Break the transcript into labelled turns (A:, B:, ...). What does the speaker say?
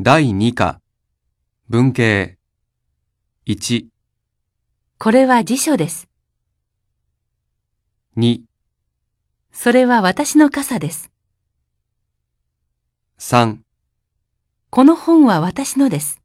A: 第2課、文系。1、
B: これは辞書です。
A: 2、
B: それは私の傘です。
A: 3。
B: この本は私のです。